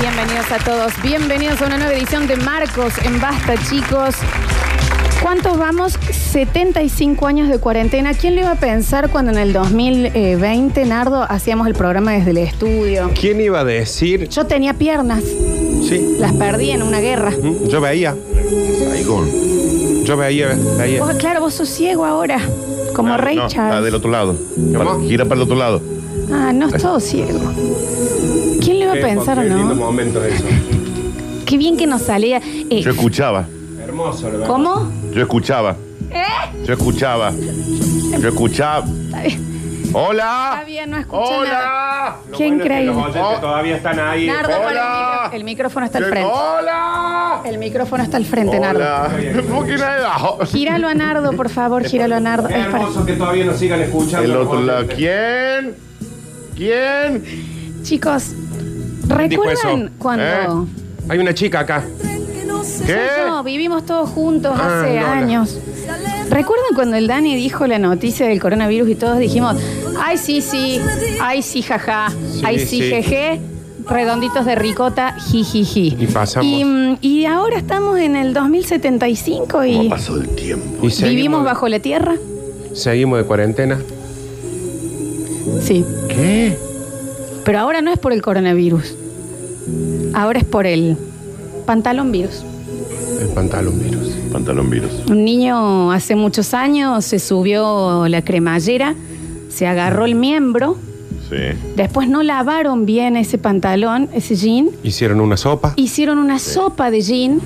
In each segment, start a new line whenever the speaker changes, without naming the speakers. bienvenidos a todos. Bienvenidos a una nueva edición de Marcos en Basta, chicos. ¿Cuántos vamos? 75 años de cuarentena. ¿Quién lo iba a pensar cuando en el 2020, Nardo, hacíamos el programa desde el estudio?
¿Quién iba a decir?
Yo tenía piernas,
Sí,
las perdí en una guerra.
mm, yo veía. Ahí con- Yo veía, veía.
Vos, claro, vos sos ciego ahora, como Ray
Rey Ah, no, Está
Charles.
del otro lado.
¿Cómo?
Para- gira para el otro lado.
Ah, no es todo ciego. ¿Quién lo iba a pensar o
Qué
no?
lindo momento eso.
Qué bien que nos salía. Eh,
Yo escuchaba.
Hermoso, la verdad.
¿Cómo?
Yo escuchaba. Yo escuchaba. Yo escuchaba.
¿Eh? Está bien, Está
¡Hola!
bien, no escuché nada.
¡Hola!
Qué
Lo bueno es que
increíble.
los oyentes
Oh.
todavía están ahí.
Nardo, con
Hola.
el, micro- el micrófono está al
Yo-
frente.
¡Hola!
El micrófono está al frente, Nardo.
¡Hola! ¿Por qué nadie bajó?
Gíralo a Nardo, por favor, gíralo a Nardo.
Qué
Ahí para.
hermoso que todavía nos sigan escuchando.
El
los
otro lado.
oyentes.
¿Quién? ¿Quién?
Chicos,
dijo
¿recuerdan
eso?
cuando
Hay una chica acá.
¿Qué?
No, vivimos todos juntos
Ah,
hace
Lola.
años? ¿Recuerdan cuando el Dani dijo la noticia del coronavirus y todos dijimos, ay sí, sí, ay sí, jaja, ay sí,
sí.
jeje, redonditos de ricota, jijiji.
Y pasamos.
Y, mm, y ahora estamos en el 2075
¿Cómo
y
pasó el tiempo?
Y
vivimos
seguimos-
bajo la tierra.
Seguimos de cuarentena.
Sí,
¿Qué?
pero ahora no es por el coronavirus, ahora es por el pantalón virus.
El pantalón virus.
Pantalón virus.
Un niño hace muchos años se subió la cremallera, se agarró el miembro,
Sí.
después no lavaron bien ese pantalón, ese jean,
Hicieron una sopa.
hicieron una sopa de jean,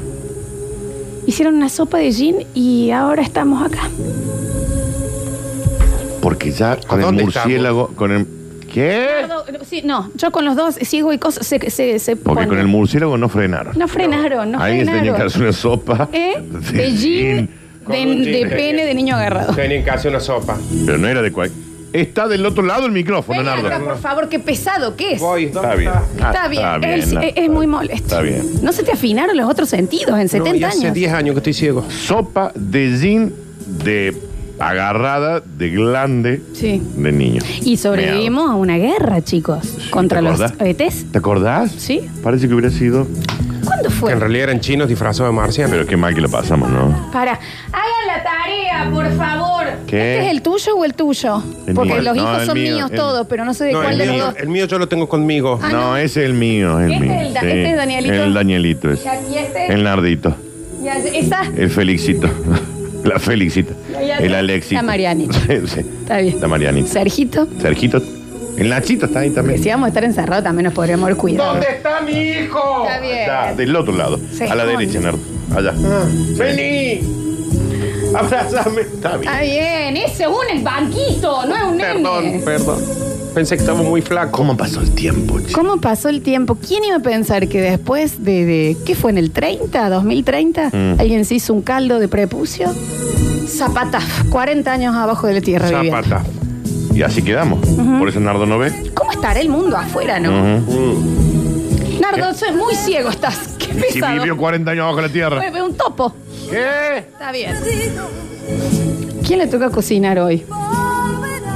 hicieron una sopa de jean y ahora estamos acá.
Porque ya con el
dónde
murciélago. Con el. ¿Qué?
Ricardo, sí, no, yo con los dos, ciego y cosas, se, se, se
Porque
ponen.
con el murciélago no frenaron.
No frenaron, no
Ahí se tenía que
frenaron.
hacer una sopa.
¿Eh? De jean,
Con
de,
un
de
jean.
pene de niño agarrado.
Tenían que hacer una sopa.
Pero no era de cual. Está del otro lado el micrófono,
Ven acá,
Nardo.
por favor, qué pesado que es.
Voy, ¿dónde
Está bien. Ah,
Está bien, es,
Nardo,
es- es
está
muy
bien.
molesto.
Está bien.
No se te afinaron los otros sentidos en 70
No, y hace
años.
10 años que estoy ciego.
Sopa de jean de agarrada de glande
Sí.
de niño.
Y sobrevivimos a una guerra, chicos,
Meado. Sí,
contra
¿te
los E
acordás?
ETs.
¿Te acordás?
Sí.
Parece que hubiera sido.
¿Cuándo
Que
fue?
en realidad eran chinos disfrazados de marcianos.
Pero qué mal que la pasamos, ¿no?
Para, hagan la tarea, por favor.
¿Qué?
¿Este es el tuyo o el tuyo?
El
Porque
mío.
los
No,
hijos
el
son
mío,
míos
el-
todos, pero no sé de
No,
cuál
el
de los
mío,
dos.
el mío yo lo tengo conmigo.
Ah,
no,
no.
ese es el mío. El
Este
mío.
es el da- este es Danielito.
El Danielito es.
Y este,
El Nardito.
y allí- esa,
El Felixito. La Felixita.
Y allá-
El Alexito.
La Marianita.
Sí, sí.
está bien.
La Marianita.
Sergito,
Sergito. El Nachito está ahí
que
también.
si vamos a estar encerrados también nos podríamos haber cuidado.
está mi hijo?
Está bien.
Está del otro lado.
Sí, Ah.
a la
¿dónde?
derecha, Nardo. Allá.
Vení. Abrázame.
Está bien.
Está bien, ese es un banquito, no es un nene.
Perdón, perdón. Pensé que estaba muy flaco.
¿Cómo pasó el tiempo, chico?
¿Cómo pasó el tiempo? ¿Quién iba a pensar que después de, de- ¿qué fue en el 30, 2030?
Mm.
Alguien se hizo un caldo de prepucio. Zapata, 40 años abajo de la tierra viviendo.
Zapata.
Y así quedamos. Por eso Nardo no ve.
¿Cómo estará el mundo afuera, no?
Mm.
Nardo, soy muy ciego, estás. Qué
Y si
pesado.
vivió 40 años bajo la tierra.
Fue- fue un topo.
¿Qué?
Está bien. ¿Quién le toca cocinar hoy?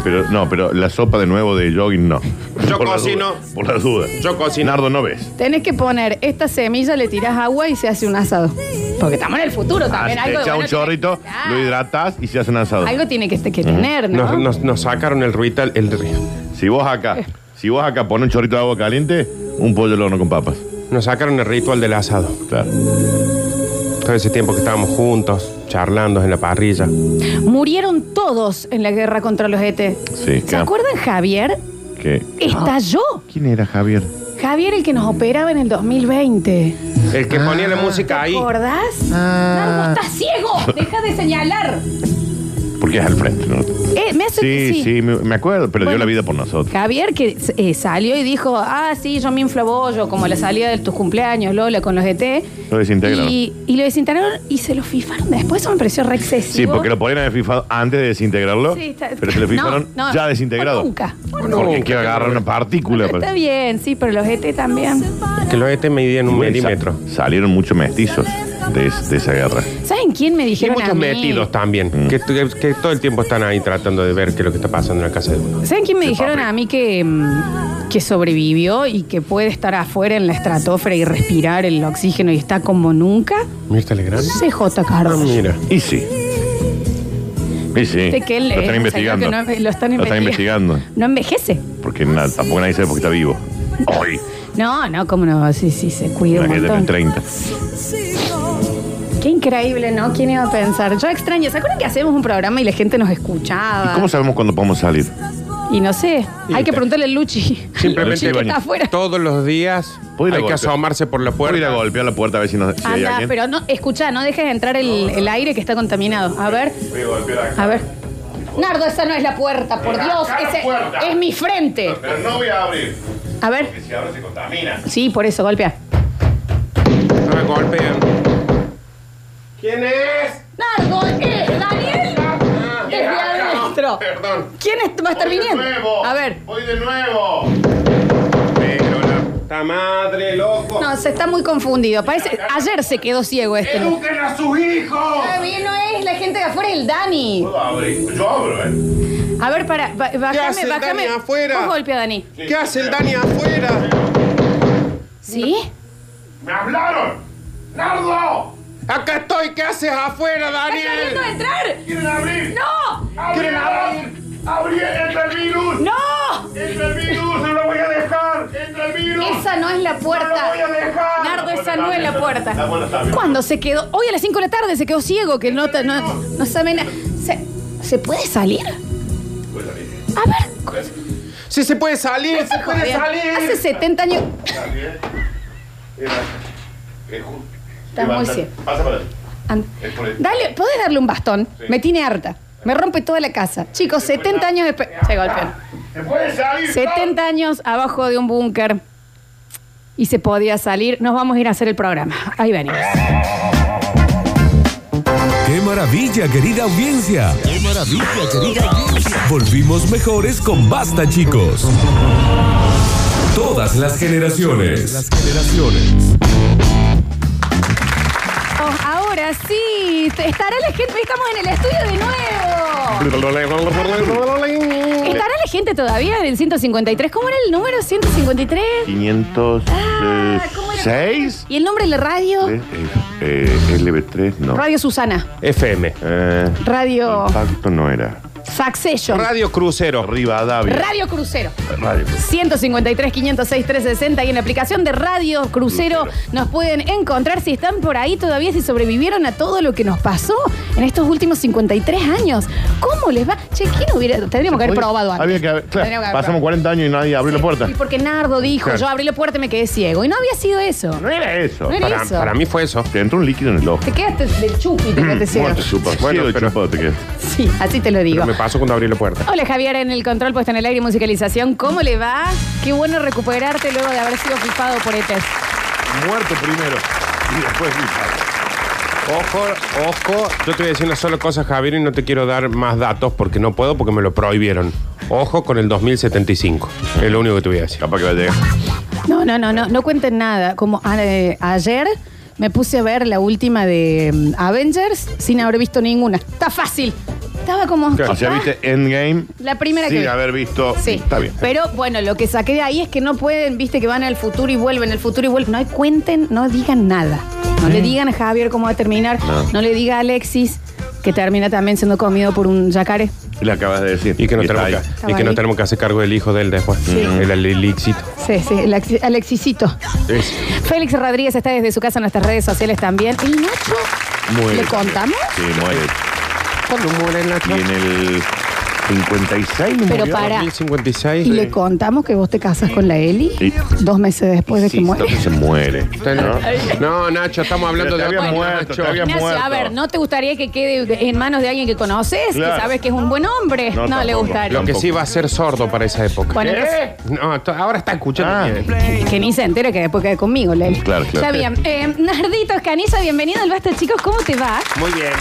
Pero no, pero la sopa de nuevo de jogging no.
Yo
la
cocino.
duda, por la duda.
Yo cocino.
Nardo no ves.
Tenés que poner esta semilla, le tirás agua y se hace un asado. Porque estamos en el futuro también.
Ah,
algo de
te echa
bueno
un
tiene-
chorrito,
Claro.
lo Mm. hidratas y se hacen asado.
Algo tiene que, que tener, ¿no?
Nos, nos- nos sacaron el ruital. El... ri-
Si vos acá, si vos acá pones un chorrito de agua caliente, un pollo al horno con papas.
Nos sacaron el ritual del asado.
Claro.
Todo ese tiempo que estábamos juntos, charlando en la parrilla.
Murieron todos en la guerra contra los ET.
Sí,
¿Se
claro.
acuerdan, Javier?
¿Qué?
Estalló.
¿Quién era Javier?
Javier, el que nos operaba en el 2020.
El que ponía la música
¿Te
ahí.
acordás? Nardo,
Ah.
estás ciego. Deja de señalar.
Porque es al frente, ¿no?
Eh, me hace que
Sí, sí, me me acuerdo, pero
Bueno.
dio la vida por nosotros.
Javier que eh, salió y dijo, ah, sí, yo me inflabollo, como la salida de tus cumpleaños, Lola, con los ET.
Lo desintegraron.
Y, y lo desintegraron y se lo fifaron. Después eso me pareció re excesivo.
Sí, porque lo podrían haber fifado antes de desintegrarlo.
Sí, está-
Pero se lo fijaron
No, no,
ya desintegrado.
o nunca.
Porque hay que agarrar una partícula. pues.
Está bien, sí, pero los ET también.
Que los ET medían un
Bueno,
milímetro.
sa- salieron muchos mestizos. de, es- de esa guerra.
¿Saben quién me
Y hay
dijeron a
muchos
mí?
metidos también,
Mm.
que, que- que todo el tiempo están ahí tratando de ver qué es lo que está pasando en la casa de uno.
¿Saben quién me
De
dijeron
papel.
a mí que, mm, que sobrevivió y que puede estar afuera en la estratosfera y respirar el oxígeno y está como nunca?
Mirta Legrand.
CJ
Ah,
Carlos.
mira.
Y sí. Y sí.
Viste que él,
lo están
eh,
investigando.
señor que no- lo están
investigando.
No envejece.
Porque na- tampoco nadie sabe porque está vivo. Hoy.
No, no, cómo no, sí, sí, se cuida
La
un
que tiene
montón.
30.
Qué increíble, ¿no? ¿Quién iba a pensar? Yo extraño, ¿se acuerdan que hacíamos un programa y la gente nos
¿Y
escuchaba?
cómo sabemos cuándo podemos salir?
Y no sé,
Y
hay que
te-
preguntarle al Luchi.
Luchi
Simplemente
que
Ibañez.
está afuera.
todos los días
Puedo ir a
hay que
golpear.
asomarse por la
Puedo ir a
puerta.
golpear la puerta a ver si, nos, si hay
Anda,
alguien.
pero no, escucha, no dejes entrar el, el aire que está contaminado. A ver,
Voy a golpear acá.
a ver. Nardo, esa no es la puerta, por
Acá
Dios,
la
ese-
puerta.
es mi frente.
Pero no voy a abrir.
A ver,
Si abro se contamina.
sí, por eso, golpea.
No me golpean. ¿Quién es?
Nardo, es Daniel. Desde adentro.
Ah, Perdón.
¿Quién es- va a estar
Voy de
viniendo?
nuevo.
A ver.
Voy de nuevo.
Pero la puta madre, loco.
No, se está muy confundido. Parece, ayer se quedó ciego este.
¡Eduquen a sus hijos!
Ah, bien, no es la gente de afuera, el Dani.
Puedo abrir. Yo abro, ¿eh?
A ver, para, ba-
hace
bájame,
el
bájame.
Dani afuera?
Vos golpea, Dani.
¿Qué hace el Dani afuera?
¿Sí?
¡Me hablaron! ¡Nardo!
Acá estoy, ¿qué haces afuera,
¿Está
Daniel?
queriendo entrar?
¡Quieren abrir!
¡No!
¡Abrir! ¡Abrir! ¡Entra el virus!
¡No!
¡Entra el virus! ¡No lo voy a dejar! ¡Entra el virus!
Esa no es la
¡No lo
puerta.
voy a dejar!
Nardo, esa no es la
La
puerta.
puerta está abierta.
¿Cuándo se quedó? Hoy a las 5 de la tarde se quedó ciego, que no, te- no, no sabe nada. ¿Se, ¿se puede salir? A ver,
Si se puede salir, se puede
hace
salir.
70 años.
También. Era- es ju-
Está muy
Levanta-
cierto.
Pasa para allá.
And-
Es por el-
Dale, ¿podés darle un bastón?
Sí.
Me tiene harta. Me rompe toda la casa. Chicos, 70 años después. Se golpean.
¡Se puede salir!
70 años abajo de un búnker. Y se podía salir. Nos vamos a ir a hacer el programa. Ahí venimos.
¡Qué maravilla, querida audiencia! ¡Qué maravilla, querida audiencia! Volvimos mejores con Basta, chicos. Todas las generaciones. Las generaciones.
Oh, ahora sí, te- estará la gente, estamos en el estudio de nuevo. ¿Estará la gente todavía del 153? ¿Cómo era el número 153? Ah,
Eh,
¿cómo era?
506
¿Y el nombre de la radio?
Eh, eh, LB3 no.
Radio Susana,
FM.
Eh,
Radio
Impacto no era.
Succession,
Radio Crucero.
Rivadavia.
Radio Crucero.
Radio.
153 506 360 y en la aplicación de Radio Crucero
Crucero.
nos pueden encontrar si están por ahí todavía, si sobrevivieron a todo lo que nos pasó en estos últimos 53 años. ¿Cómo les va? Che, ¿quién hubiera? Tendríamos que haber probado antes.
Había que haber- claro,
Tendríamos que haber
pasamos
probado.
40 años y nadie abrió la puerta.
Y porque Nardo dijo,
Claro.
yo abrí la puerta y me quedé ciego. Y no había sido eso.
No era eso.
No era-
Para,
Eso.
para mí fue eso.
Te entró un líquido en el ojo.
Te quedaste del chupi, te quedaste ciego.
Mm, Muerto, supa.
Bueno,
Ciego de
pero-
chupado te quedaste.
Sí, así te lo digo.
Pero me pasó cuando abrí la puerta.
Hola Javier, en el control puesto en el aire y musicalización, ¿cómo le va? Qué bueno recuperarte luego de haber sido ocupado por E ETES.
Muerto primero. Y después limpado.
Ojo, ojo, yo te voy a decir una sola cosa, Javier, y no te quiero dar más datos porque no puedo, porque me lo prohibieron. Ojo con el 2075. Es lo único que te voy a decir.
Capaz que va a llegar.
No, no, no, no, no cuenten nada. Como a- eh, ayer me puse a ver la última de mm, Avengers sin haber visto ninguna. Está fácil. Estaba como.
Claro,
O sea,
ah,
viste Endgame.
La primera
sin
que vi.
haber visto.
Sí.
Está bien.
Pero bueno, lo que saqué de ahí es que no pueden, viste, que van al futuro y vuelven, al futuro y vuelven. No cuenten, no digan nada. No le digan a Javier cómo va a terminar. No,
No.
le diga a Alexis que termina también siendo comido por un yacaré.
Le acabas de decir.
Y que no,
está
tenemos
ahí.
que, y
Estaba
que, no
ahí.
tenemos que hacer cargo del hijo de él después. El, el, el éxito.
Sí, sí, el Axi- Alexisito.
Es-
Félix Rodríguez está desde su casa en nuestras redes sociales también. ¿Y Nacho?
Muere.
¿Le contamos?
Sí, muere.
¿Cuándo muere
Y
Nacho?
en el 56
Pero
murió.
para-
2056.
Y le contamos que vos te casas con la Eli
Sí.
dos meses después pues, de
Sí,
que
está
muere.
que se muere. ¿no?
No, Nacho, estamos hablando
Pero te
de
había
otro
muerto,
Nacho.
te había
Ignacio,
muerto.
a ver, ¿no te gustaría que quede en manos de alguien que conoces, que
Claro.
sabes que es un buen hombre? No,
No,
le
tampoco.
gustaría.
Lo que sí va a ser sordo para esa época.
Bueno,
¿Eh?
No, to- ahora está escuchando.
Ah.
bien.
que ni se entera que después quede conmigo, Leli.
Claro, claro.
Está bien. Eh, Nardito Escaniza, bienvenido al Basta, chicos. ¿Cómo te va?
Muy bien.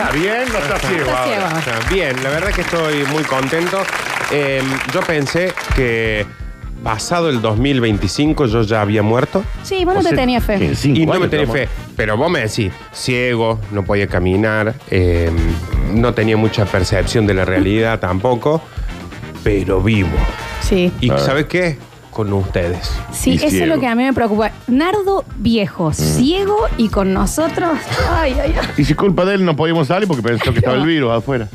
Está bien, no está ciego.
Está
ahora.
ciego.
O sea, bien, la verdad Em, que estoy muy contento. Eh, yo pensé que pasado el 2025 yo ya había muerto.
Sí, vos no
O
te
sea,
tenías fe.
en cinco
Y no
años,
me tenía
estamos-
fe. Pero vos me decís, ciego, no podía caminar, eh, no tenía mucha percepción de la realidad tampoco, pero vivo.
Sí.
¿Y sabes qué? Con ustedes.
Sí,
y
eso es
ciego. Mm.
lo que a mí me preocupa. Nardo viejo, ciego y con nosotros. Ay, ay, ay.
Y si culpa de él no podíamos salir porque pensó que estaba el virus afuera.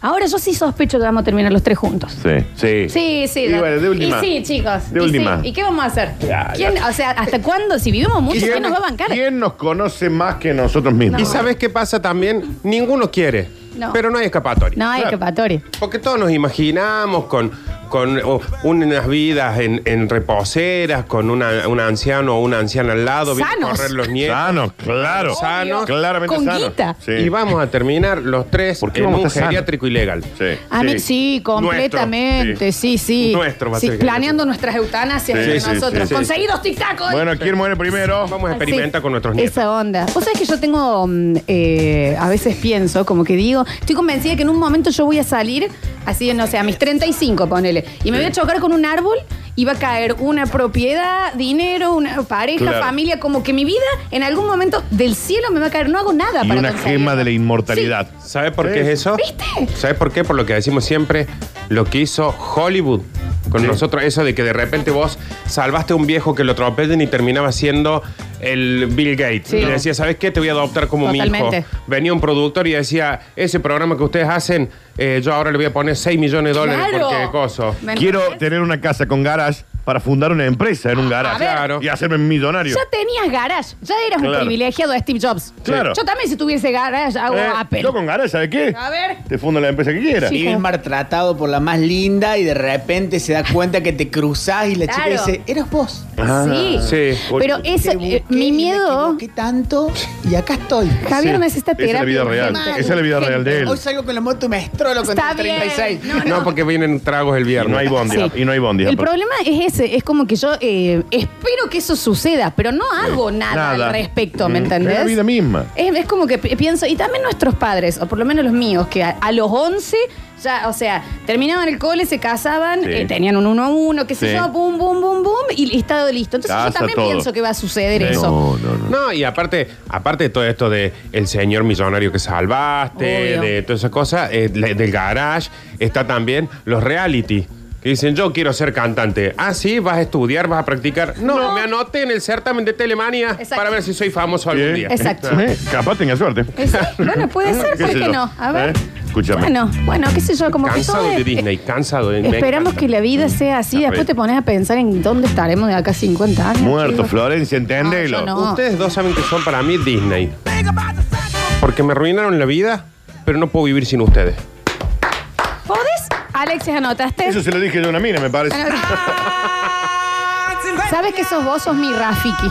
Ahora yo sí sospecho que vamos a terminar los tres juntos.
Sí. Sí.
Sí, sí.
Y
la-
bueno, de última.
Y sí, chicos. y,
De
sí.
última.
¿Y qué vamos a hacer?
Ya,
¿Quién- o sea, ¿hasta cuándo? Si vivimos mucho, ¿quién, nos va a bancar?
quién nos conoce más que nosotros mismos?
¿Y sabes qué pasa también? Ninguno quiere,
No.
pero no hay escapatoria.
No hay
Claro.
escapatoria.
Porque todos nos imaginamos con, con oh, unas vidas en, en reposeras, con una, un anciano o una anciana al lado, viendo
Sanos.
correr los nietos.
Sanos, claro.
Sanos.
Claramente
Con
sanos.
guita.
Sí.
Y vamos a terminar los tres
¿Por qué
en
vamos a
un
estar sanos?
geriátrico ilegal.
Sí.
A mí Ah, sí, completamente,
Nuestro,
sí, sí.
Nuestro va a
Sí,
ser que-
planeando nuestras eutanasias
Sí,
entre
sí, sí,
nosotros.
sí.
Conseguí dos tic-tacos.
Bueno, ¿quién muere primero?
Vamos a experimentar
Así,
con nuestros nietos.
Esa onda. Vos sabés que yo tengo, mm, eh, a veces pienso, como que digo, estoy convencida que en un momento yo voy a salir, así, no sé, a mis 35, ponele, y me voy a chocar con un árbol y va a caer una propiedad, dinero, una pareja,
Claro.
familia, como que mi vida en algún momento del cielo me va a caer. No hago nada
Y
para
una
conseguirlo.
gema de la inmortalidad.
¿Sabes por qué
Sí.
es eso?
¿Viste?
¿Sabes por qué? Por lo que decimos siempre, lo que hizo Hollywood con
Sí.
nosotros, eso de que de repente vos salvaste a un viejo que lo atropellen y terminaba siendo el Bill Gates.
Sí.
Y le decía, ¿sabes qué? Te voy a adoptar como mi
Totalmente.
hijo. Venía un productor y decía, ese programa que ustedes hacen, eh, yo ahora le voy a poner 6 millones de dólares
Claro.
porque coso.
¿Me
Quiero
entendés?
tener una casa con garage para fundar una empresa en un garage.
A ver.
Claro.
Y hacerme millonario.
Ya tenías garage, ya eras un
Claro.
privilegiado de Steve Jobs.
Claro.
Yo también si tuviese garage hago
Eh,
Apple.
Yo con garage, ¿sabes qué?
A ver.
Te fundo la empresa que quieras.
Sí.
Y bien maltratado por la más linda y de repente se da cuenta que te cruzás y la chica
Claro.
dice, eras vos.
sí.
sí.
Pero
Te
eso,
busqué
eh,
y
mi
me
miedo,
equivoqué tanto y acá estoy.
Javier
Sí.
necesita
Esa es
terapia.
la vida real.
urgente.
Esa es la vida real de él.
Hoy salgo con la moto y me estrolo con
Está
el
bien.
36.
No,
No, porque vienen tragos el
Y
viernes.
no hay bondi.
Sí.
Y no hay bondi.
El problema es ese, es como que yo eh, espero que eso suceda, pero no hago nada,
Nada.
al respecto, ¿me
Mm,
entendés?
es la vida misma.
Es, es como que pi- pienso, y también nuestros padres, o por lo menos los míos, que a, a los 11 ya, o sea, terminaban el cole, se casaban,
Sí.
eh, tenían un uno a uno, qué sé
Sí.
yo, boom, boom, boom, boom, y estado listo. Entonces yo
Casa
también
todo.
pienso que va a suceder
No,
eso.
no, no.
No, y aparte, aparte de todo esto de el señor millonario que salvaste,
Obvio.
de todas esas cosas, eh, le- del garage, está también los reality. Que dicen, yo quiero ser cantante. Ah, sí, vas a estudiar, vas a practicar. No, me anoté en el certamen de Telemania
Exacto.
para ver si soy famoso algún
Sí.
día.
Exacto.
Eh, Capaz tenga suerte.
Eh, sí, Bueno, puede ser,
Ah, ¿Qué
¿por
sé
qué
yo?
no? A ver.
¿Eh? Escúchame.
Bueno, bueno, qué sé yo, como que
Cansado
todo
de
es-
Disney, cansado de me
eh, Esperamos
encanta.
que la
Mm.
vida sea así.
Está
Después
bien.
te pones a pensar en dónde estaremos de acá a 50 años.
Muerto,
chicos.
Florencia,
Ah,
entendelo.
yo no.
Ustedes dos saben que son para mí Disney. Porque me arruinaron la vida, pero no puedo vivir sin ustedes.
¿Podés? Alexis, anotaste.
Eso se lo dije yo a una mina, me parece. Ah,
Sabes que sos vos, sos mi Rafiki.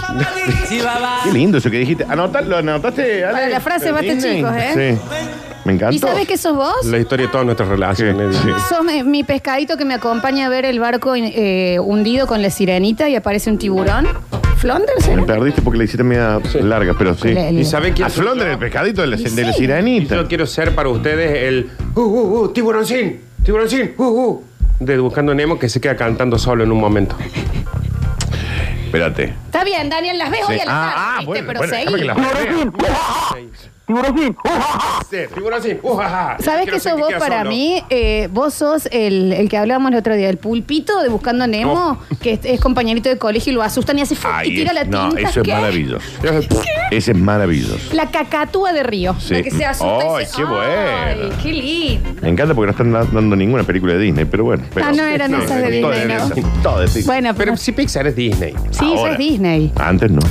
Qué lindo eso que dijiste. Anota- ¿Lo anotaste? Ale?
Para la frase basta,
Disney.
chicos, ¿eh?
Sí. Me encantó.
¿Y sabes que sos vos?
La historia de todas nuestras relaciones.
Sí.
Sos mi, mi pescadito que me acompaña a ver el barco eh, hundido con la sirenita y aparece un tiburón. ¿Flanders? eh?
Me perdiste porque la hiciste media larga, pero sí.
Le- le-
¿Y saben quién
A
soy
Flondra,
yo?
el pescadito de la, de la
sí.
Y
sirenita.
Yo quiero ser para ustedes el uh, uh, uh, tiburoncín, tiburoncín, uh, uh, de Buscando Nemo que se queda cantando solo en un momento.
Espérate.
Está bien, Daniel, las ves hoy
Sí.
a la
Ah,
tarde,
ah,
¿viste?
bueno,
pero
bueno,
seguí.
déjame que la-
Sí, tiburoncín, uh, ja, ja.
¿Sabes
Quiero
que
ser
sos vos
queda
para
solo.
mí? Eh, vos sos el, el que hablábamos el otro día, el pulpito de Buscando Nemo, que es, es compañerito de colegio y lo asustan y hace fu-
Ay,
y tira
es-
la tinta.
no, eso es
¿Qué?
maravilloso.
Yo soy-
Ese es maravilloso.
La cacatúa de Río.
Sí.
La que se asusta y
Ay,
dice,
qué bueno.
Ay, qué lindo.
Me encanta porque no están da- dando ninguna película de Disney, pero bueno. pero-
Ah, no, eran esas de
todas
Disney,
eran
¿no?
esas, todas, sí.
Bueno, pero,
Pero si Pixar es Disney.
sí, eso
ahora.
es Disney.
Antes no.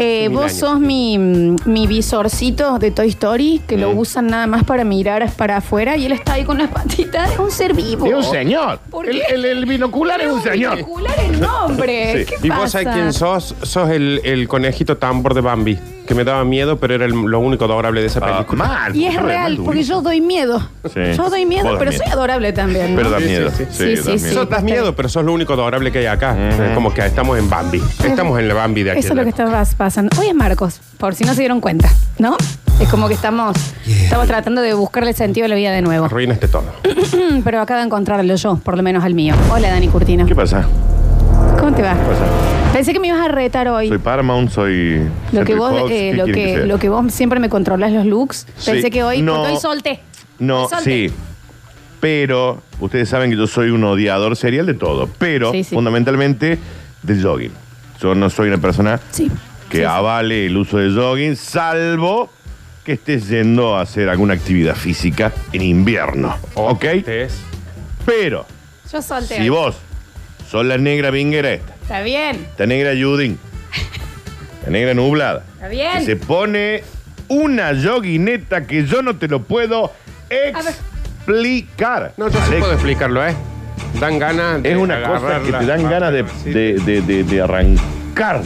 Eh,
Mil
vos
años.
sos mi, mi visorcito de Toy Story, que
Mm.
lo usan nada más para mirar para afuera y él está ahí con las patitas. Es un ser vivo.
Es un señor.
¿Por
El,
qué?
el- el binocular es un señor.
Particular el nombre.
Sí.
¿Qué
¿Y
pasa?
vos sabés quién sos? Sos el, el conejito tambor de Bambi, que me daba miedo, pero era el- lo único adorable de esa
Ah,
película.
mal.
Y es
Pero
real,
además,
porque yo doy miedo.
Sí.
Yo doy miedo,
Vos das
pero
miedo.
soy adorable también. ¿no?
Pero da
Sí, sí,
miedo.
sí.
Sí, sí,
da
sí.
miedo.
Sos das miedo, pero sos lo único adorable que hay acá. Es como que estamos en Bambi. Estamos en la Bambi de aquí.
Eso es lo que está pas- pasando. Hoy es Marcos, por si no se dieron cuenta, ¿no? Es como que estamos, estamos tratando de buscarle sentido a la vida de nuevo. Mm,
Arruinaste todo.
Pero acabo de encontrarlo yo, por lo menos al mío. Hola, Dani Curtino.
¿Qué pasa?
¿Cómo te va?
Pasa.
Pensé que me ibas a retar hoy.
Soy Paramount, soy.
Lo que,
Century
vos,
Fox,
eh,
¿qué
lo,
quieren
que,
sea?
lo que vos siempre me controlas los looks.
Sí.
Pensé que hoy,
No.
porque hoy solté.
No,
Hoy solté.
sí. Pero, ustedes saben que yo soy un odiador serial de todo, pero
Sí, sí.
fundamentalmente del jogging. Yo no soy una persona
Sí.
que
Sí, sí.
avale el uso de jogging, salvo que estés yendo a hacer alguna actividad física en invierno. ¿Ok?
Es-
Pero,
Yo solté.
si vos sos la negra vinguera esta,
Está bien.
la negra Judin, la negra nublada,
Está bien.
que se pone una joguineta que yo no te lo puedo explicar.
No, yo sí
Alex,
puedo explicarlo, ¿eh? Dan ganas de
Es una cosa que
agarrarla. Ah,
te dan ganas de,
Sí.
de- de- de- de arrancar.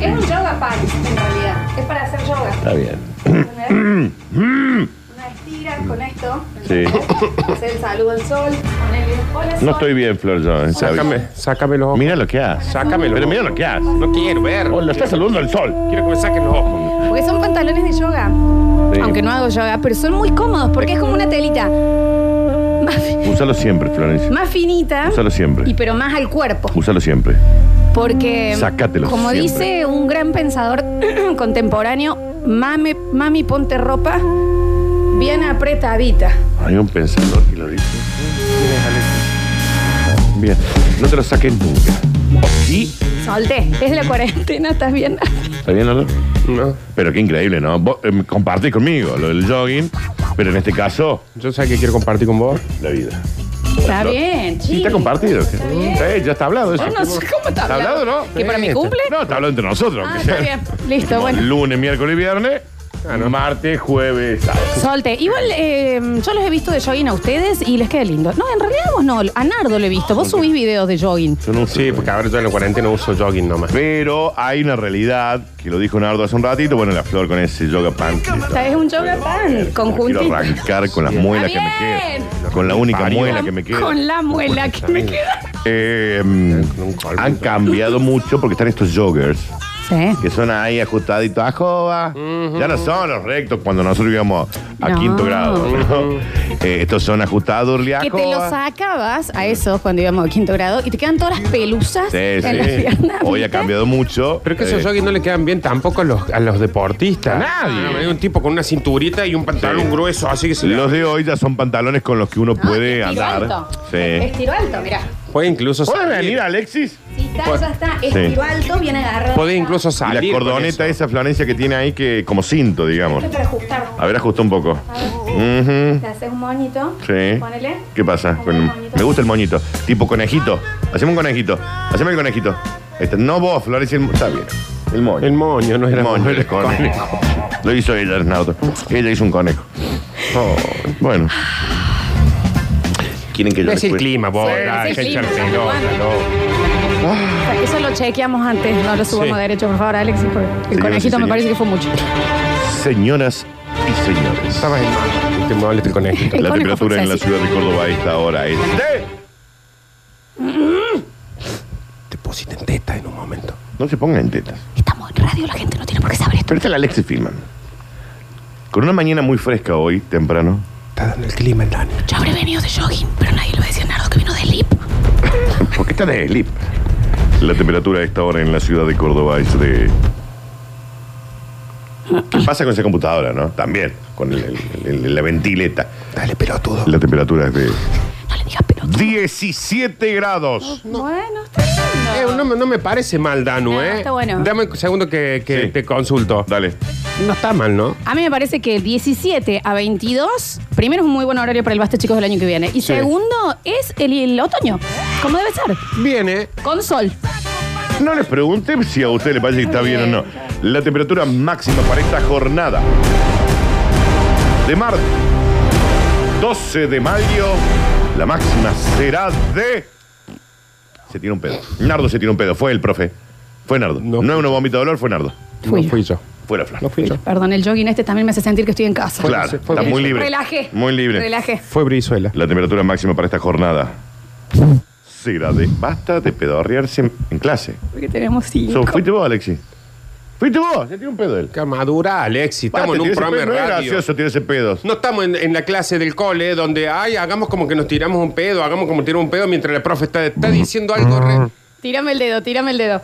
Es un yoga pants, en realidad. Es para hacer yoga.
Está bien.
Una estira con esto.
Sí.
Hacer el saludo al sol. Ponerle hola
No estoy bien, Flor, yo, en serio.
Sácame, sácame los ojos.
Mira lo que haces.
Sácamelo.
Pero mira lo que haces.
No quiero ver.
Oh, lo está saludando el sol.
Quiero que me saquen los ojos.
Porque son pantalones de yoga.
Sí.
Aunque no hago yoga, pero son muy cómodos porque es como una telita más, fi-
Úsalo siempre, Florencia.
más finita.
Úsalo siempre.
Y pero más al cuerpo.
Úsalo siempre.
Porque,
Sácatelo
como
siempre.
dice un gran pensador contemporáneo, mami, mami, ponte ropa bien apretadita.
Hay un pensador que lo dice. Bien. No te lo saques nunca. Y
Solté. Es de la cuarentena, ¿estás bien?
¿Está bien, Lolo?
No.
Pero qué increíble, ¿no? Vos, eh, compartís conmigo lo del jogging, pero en este caso,
Yo sé que quiero compartir con vos.
la vida.
Está bien,
Sí, está
chico.
compartido. Sí,
bien.
ya está hablado eso.
Yo no sé cómo está
¿Está hablado,
hablado.
no?
¿Que para
Sí,
mi
está-
cumple?
No, está hablado entre nosotros.
Ah,
aunque
está
sea.
bien. Listo, bueno.
Lunes, miércoles y viernes. Martes, jueves, sábado.
Solte. Igual eh, yo los he visto de jogging a ustedes y les queda lindo. No, en realidad vos no. A Nardo lo he visto. Vos subís videos de jogging.
Yo no
Sí,
sé.
porque ahora yo en la cuarentena uso jogging nomás.
Pero hay una realidad que lo dijo Nardo hace un ratito. Bueno, la flor con ese yoga pants.
Es un yoga pan
Quiero
conjuntito.
arrancar con las muelas que me
bien.
quedan. Con la única
Parió.
muela que me queda.
Con la muela que me queda.
Eh,
un colgante.
han cambiado mucho porque están estos joggers
Sí.
que son ahí ajustaditos a jova. Ya no son los rectos cuando nosotros íbamos a
No.
quinto grado. ¿no? Eh, estos son ajustados a
Que te los
jova.
sacabas a esos cuando íbamos a quinto grado y te quedan todas las pelusas
Sí,
en
sí.
las piernas.
Hoy ha
¿viste?
cambiado mucho.
Pero que esos
Eh,
jogging no le quedan bien tampoco a los, a los deportistas. nadie. Hay un tipo con una cinturita y un pantalón
Sí.
grueso, así que se le-
los de hoy ya son pantalones con los que uno
No,
puede
estiro
andar.
Alto.
Sí.
Estiro alto, mirá.
Puede incluso
¿Puede
salir.
venir Alexis?
Si está,
Pues,
ya está. Estiro alto, bien agarrado.
Puede incluso
Y la
salir. con
cordoneta
eso.
esa Florencia que tiene ahí que como cinto, digamos.
Para ajustar.
A ver, ajusta un poco. Ujú.
Te haces un moñito.
Mm. Sí.
Ponele.
¿Qué pasa?
Ponele
Con-
el moñito.
me gusta el moñito. Tipo conejito. Hacemos un conejito. Hacemos el conejito. Ahí está. no vos, Florencia. el mo- Está bien. El moño.
El moño, no era
El moño,
moño,
el
era
conejo.
conejo.
Lo hizo ella, Arnauto. Ella hizo un conejo. Oh, bueno. ¿Quieren que yo
No
les
es el
cuente?
clima, vos.
Sí,
dale,
es el
que
clima,
charpe,
San Juan.
no, no.
Eso lo chequeamos antes. No lo subamos
Sí.
derecho, por favor, Alexis. porque el
Sí,
conejito
sí,
me
sí.
parece que fue mucho.
Señoras y señores.
Estabas en mal. Te muebles el conejito.
El
La
conejo
temperatura en la
francés.
ciudad de Córdoba a esta hora es de...
Te pusiste en teta en un momento.
No se pongan en tetas.
Estamos en radio, la gente no tiene por qué saber esto.
Pero esta es la Alexis Filman. Con una mañana muy fresca hoy, temprano.
Está dando el clima, Dani.
Yo habré venido de jogging, pero nadie lo decía Nardo que vino de Lip.
¿Por qué está de slip? La temperatura a esta hora en la ciudad de Córdoba es de... ¿Qué pasa con esa computadora, no? También, con el- el- el- la ventileta.
Dale, pelotudo.
La temperatura es de
No le digas pero.
17 grados.
Bueno, está bien.
Eh, no, me- no me parece mal, Danu,
No,
¿eh?
Ah, está bueno.
Dame un segundo que, que
Sí.
te consulto.
Dale.
No está mal, ¿no?
A mí me parece que 17 a 22, primero es un muy buen horario para el Basta Chicos del año que viene. Y segundo, es el, el otoño, como debe ser,
Viene.
con sol.
No les pregunté si a ustedes les parece que está bien o no. La temperatura máxima para esta jornada de martes 12 de mayo, la máxima será de. Se tira un pedo. Nardo se tira un pedo. Fue el profe. Fue Nardo. No,
No.
es una bombita de dolor, fue Nardo.
Fui
No fui yo.
Fue la flor.
No fui yo.
Perdón, el jogging este también me hace sentir que estoy en casa.
Claro,
fue- fue-
está muy libre.
Relajé.
Muy libre.
Relajé.
Fue Brizuela.
La temperatura máxima para esta jornada será de. Basta de pedorrearse en- en clase.
Porque tenemos cinco.
So, fuiste vos, Alexi. Fuiste vos. Se tiró un pedo él.
Camadura, Alexis. Estamos
Basta,
en un
tiene ese
programa de
pedo, no es
radio.
gracioso tiene ese pedo.
No estamos en, en la clase del cole donde, ay, hagamos como que nos tiramos un pedo, hagamos como que tiramos un pedo mientras la profe está, está diciendo algo re-
Tírame el dedo, tírame el dedo.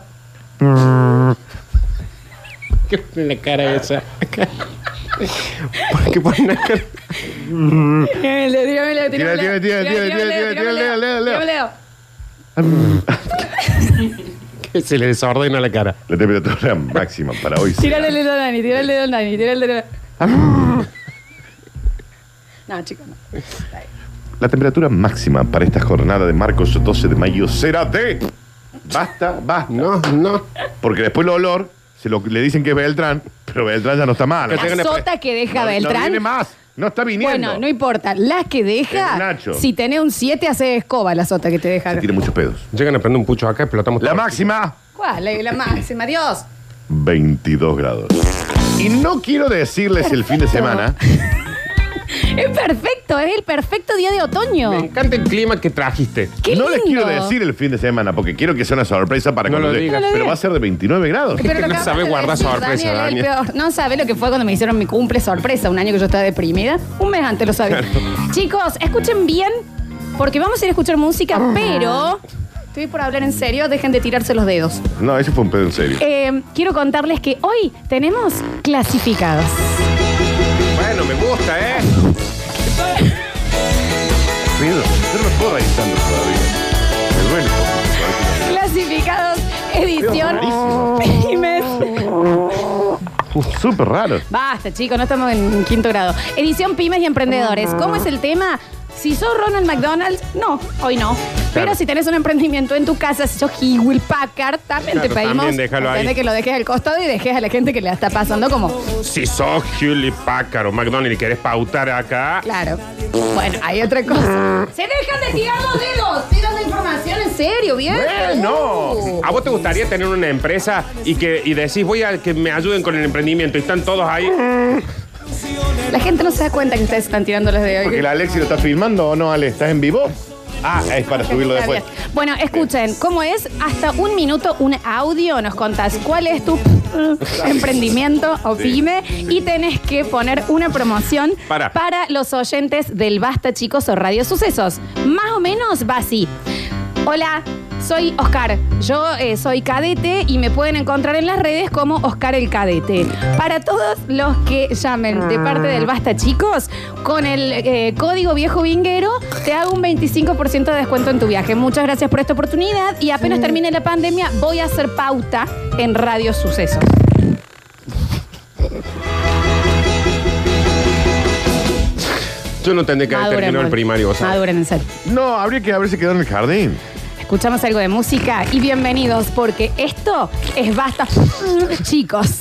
¿Qué pone la cara esa?
¿Por qué ponen acá?
Tírame el dedo, tírame el dedo, tírame el dedo.
Tira, tira, tira, tira,
Tírame el dedo, tírame
tira,
el dedo,
tira,
tírame el dedo.
Que se le desordena la cara.
La temperatura máxima para hoy. será-
Tírale el dedo a Dani, tírale el dedo a Dani, tírale el dedo. No, chicos, no.
La temperatura máxima para esta jornada de Marcos 12 de mayo será de. Basta, basta.
No, no.
Porque después el olor, se lo, le dicen que es Beltrán, pero Beltrán ya no está mal.
Pero tengan
La
la pre-
sota que deja
No- No
Beltrán.
viene más. No está viniendo.
bueno, no importa. La que
El
deja,
Nacho.
si tenés un 7, hace escoba la sota que te deja.
Se tira muchos pedos.
Llegan a prender un pucho acá, explotamos
La
todo.
máxima,
¿Cuál? La, la máxima, Dios.
22 grados. Y no quiero decirles el fin de semana.
Es perfecto, es el perfecto día de otoño.
Me encanta el clima que trajiste.
Qué
no les
lindo.
quiero decir el fin de semana porque quiero que sea una sorpresa para
No
cuando
lo
llegue.
digas. No lo
Pero va a ser de 29 grados.
Pero lo
Este No
acabas
sabe
de
guardar
decir,
sorpresa,
Daniel,
Daniel.
el peor. No sabe lo que fue cuando me hicieron mi cumple sorpresa, un año que yo estaba deprimida. Un mes antes lo sabía. Chicos, escuchen bien, porque vamos a ir a escuchar música,
Ah.
pero estoy por hablar en serio, dejen de tirarse los dedos.
No, ese fue un pedo en serio.
Eh, quiero contarles que hoy tenemos clasificados.
Bueno, me gusta, ¿eh?
Miedo. Yo no puedo reír tanto todavía. Me duele.
Clasificados,
Dios,
edición
rarísimo.
Pymes.
Uh, Súper raro.
Basta, chicos, no estamos en quinto grado. Edición Pymes y Emprendedores. ¿Cómo es el tema? Si sos Ronald McDonald's, no, hoy no. Pero si tenés un emprendimiento en tu casa, si sos Hewlett Packard, también
Claro,
te pedimos
también déjalo ahí.
depende que lo dejes al costado y dejes a la gente que le está pasando como,
Si sos Hewlett Packard o McDonald's y querés pautar acá,
claro. Bueno, hay otra cosa. Se dejan de tirar los dedos. Tiran la información en serio, ¿bien?
Bueno,
Uh.
¿a vos te gustaría tener una empresa y que y decís voy a que me ayuden con el emprendimiento y están todos ahí?
La gente no se da cuenta que ustedes están tirando los dedos.
Porque el Alexi lo está filmando o no, Ale. ¿Estás en vivo? Ah, es para subirlo
Está
después.
bien. Bueno, escuchen, ¿cómo es? Hasta un minuto, un audio, nos contás cuál es tu uh, emprendimiento o pyme y tenés que poner una promoción
Para.
los oyentes del Basta Chicos o Radio Sucesos. Más o menos va así. Hola. Soy Oscar, yo eh, soy cadete y me pueden encontrar en las redes como Oscar el Cadete. Para todos los que llamen
Ah.
de parte del Basta Chicos, con el eh, código viejo vinguero te hago un 25% de descuento en tu viaje. Muchas gracias por esta oportunidad y
Mm.
apenas termine la pandemia voy a hacer pauta en Radio Sucesos.
Yo no tendré que haber
Maduren,
terminado el
bueno.
primario, ¿sabes?
Maduren, en serio.
No, habría que haberse quedado en el jardín.
Escuchamos algo de música y bienvenidos porque esto es Basta Chicos.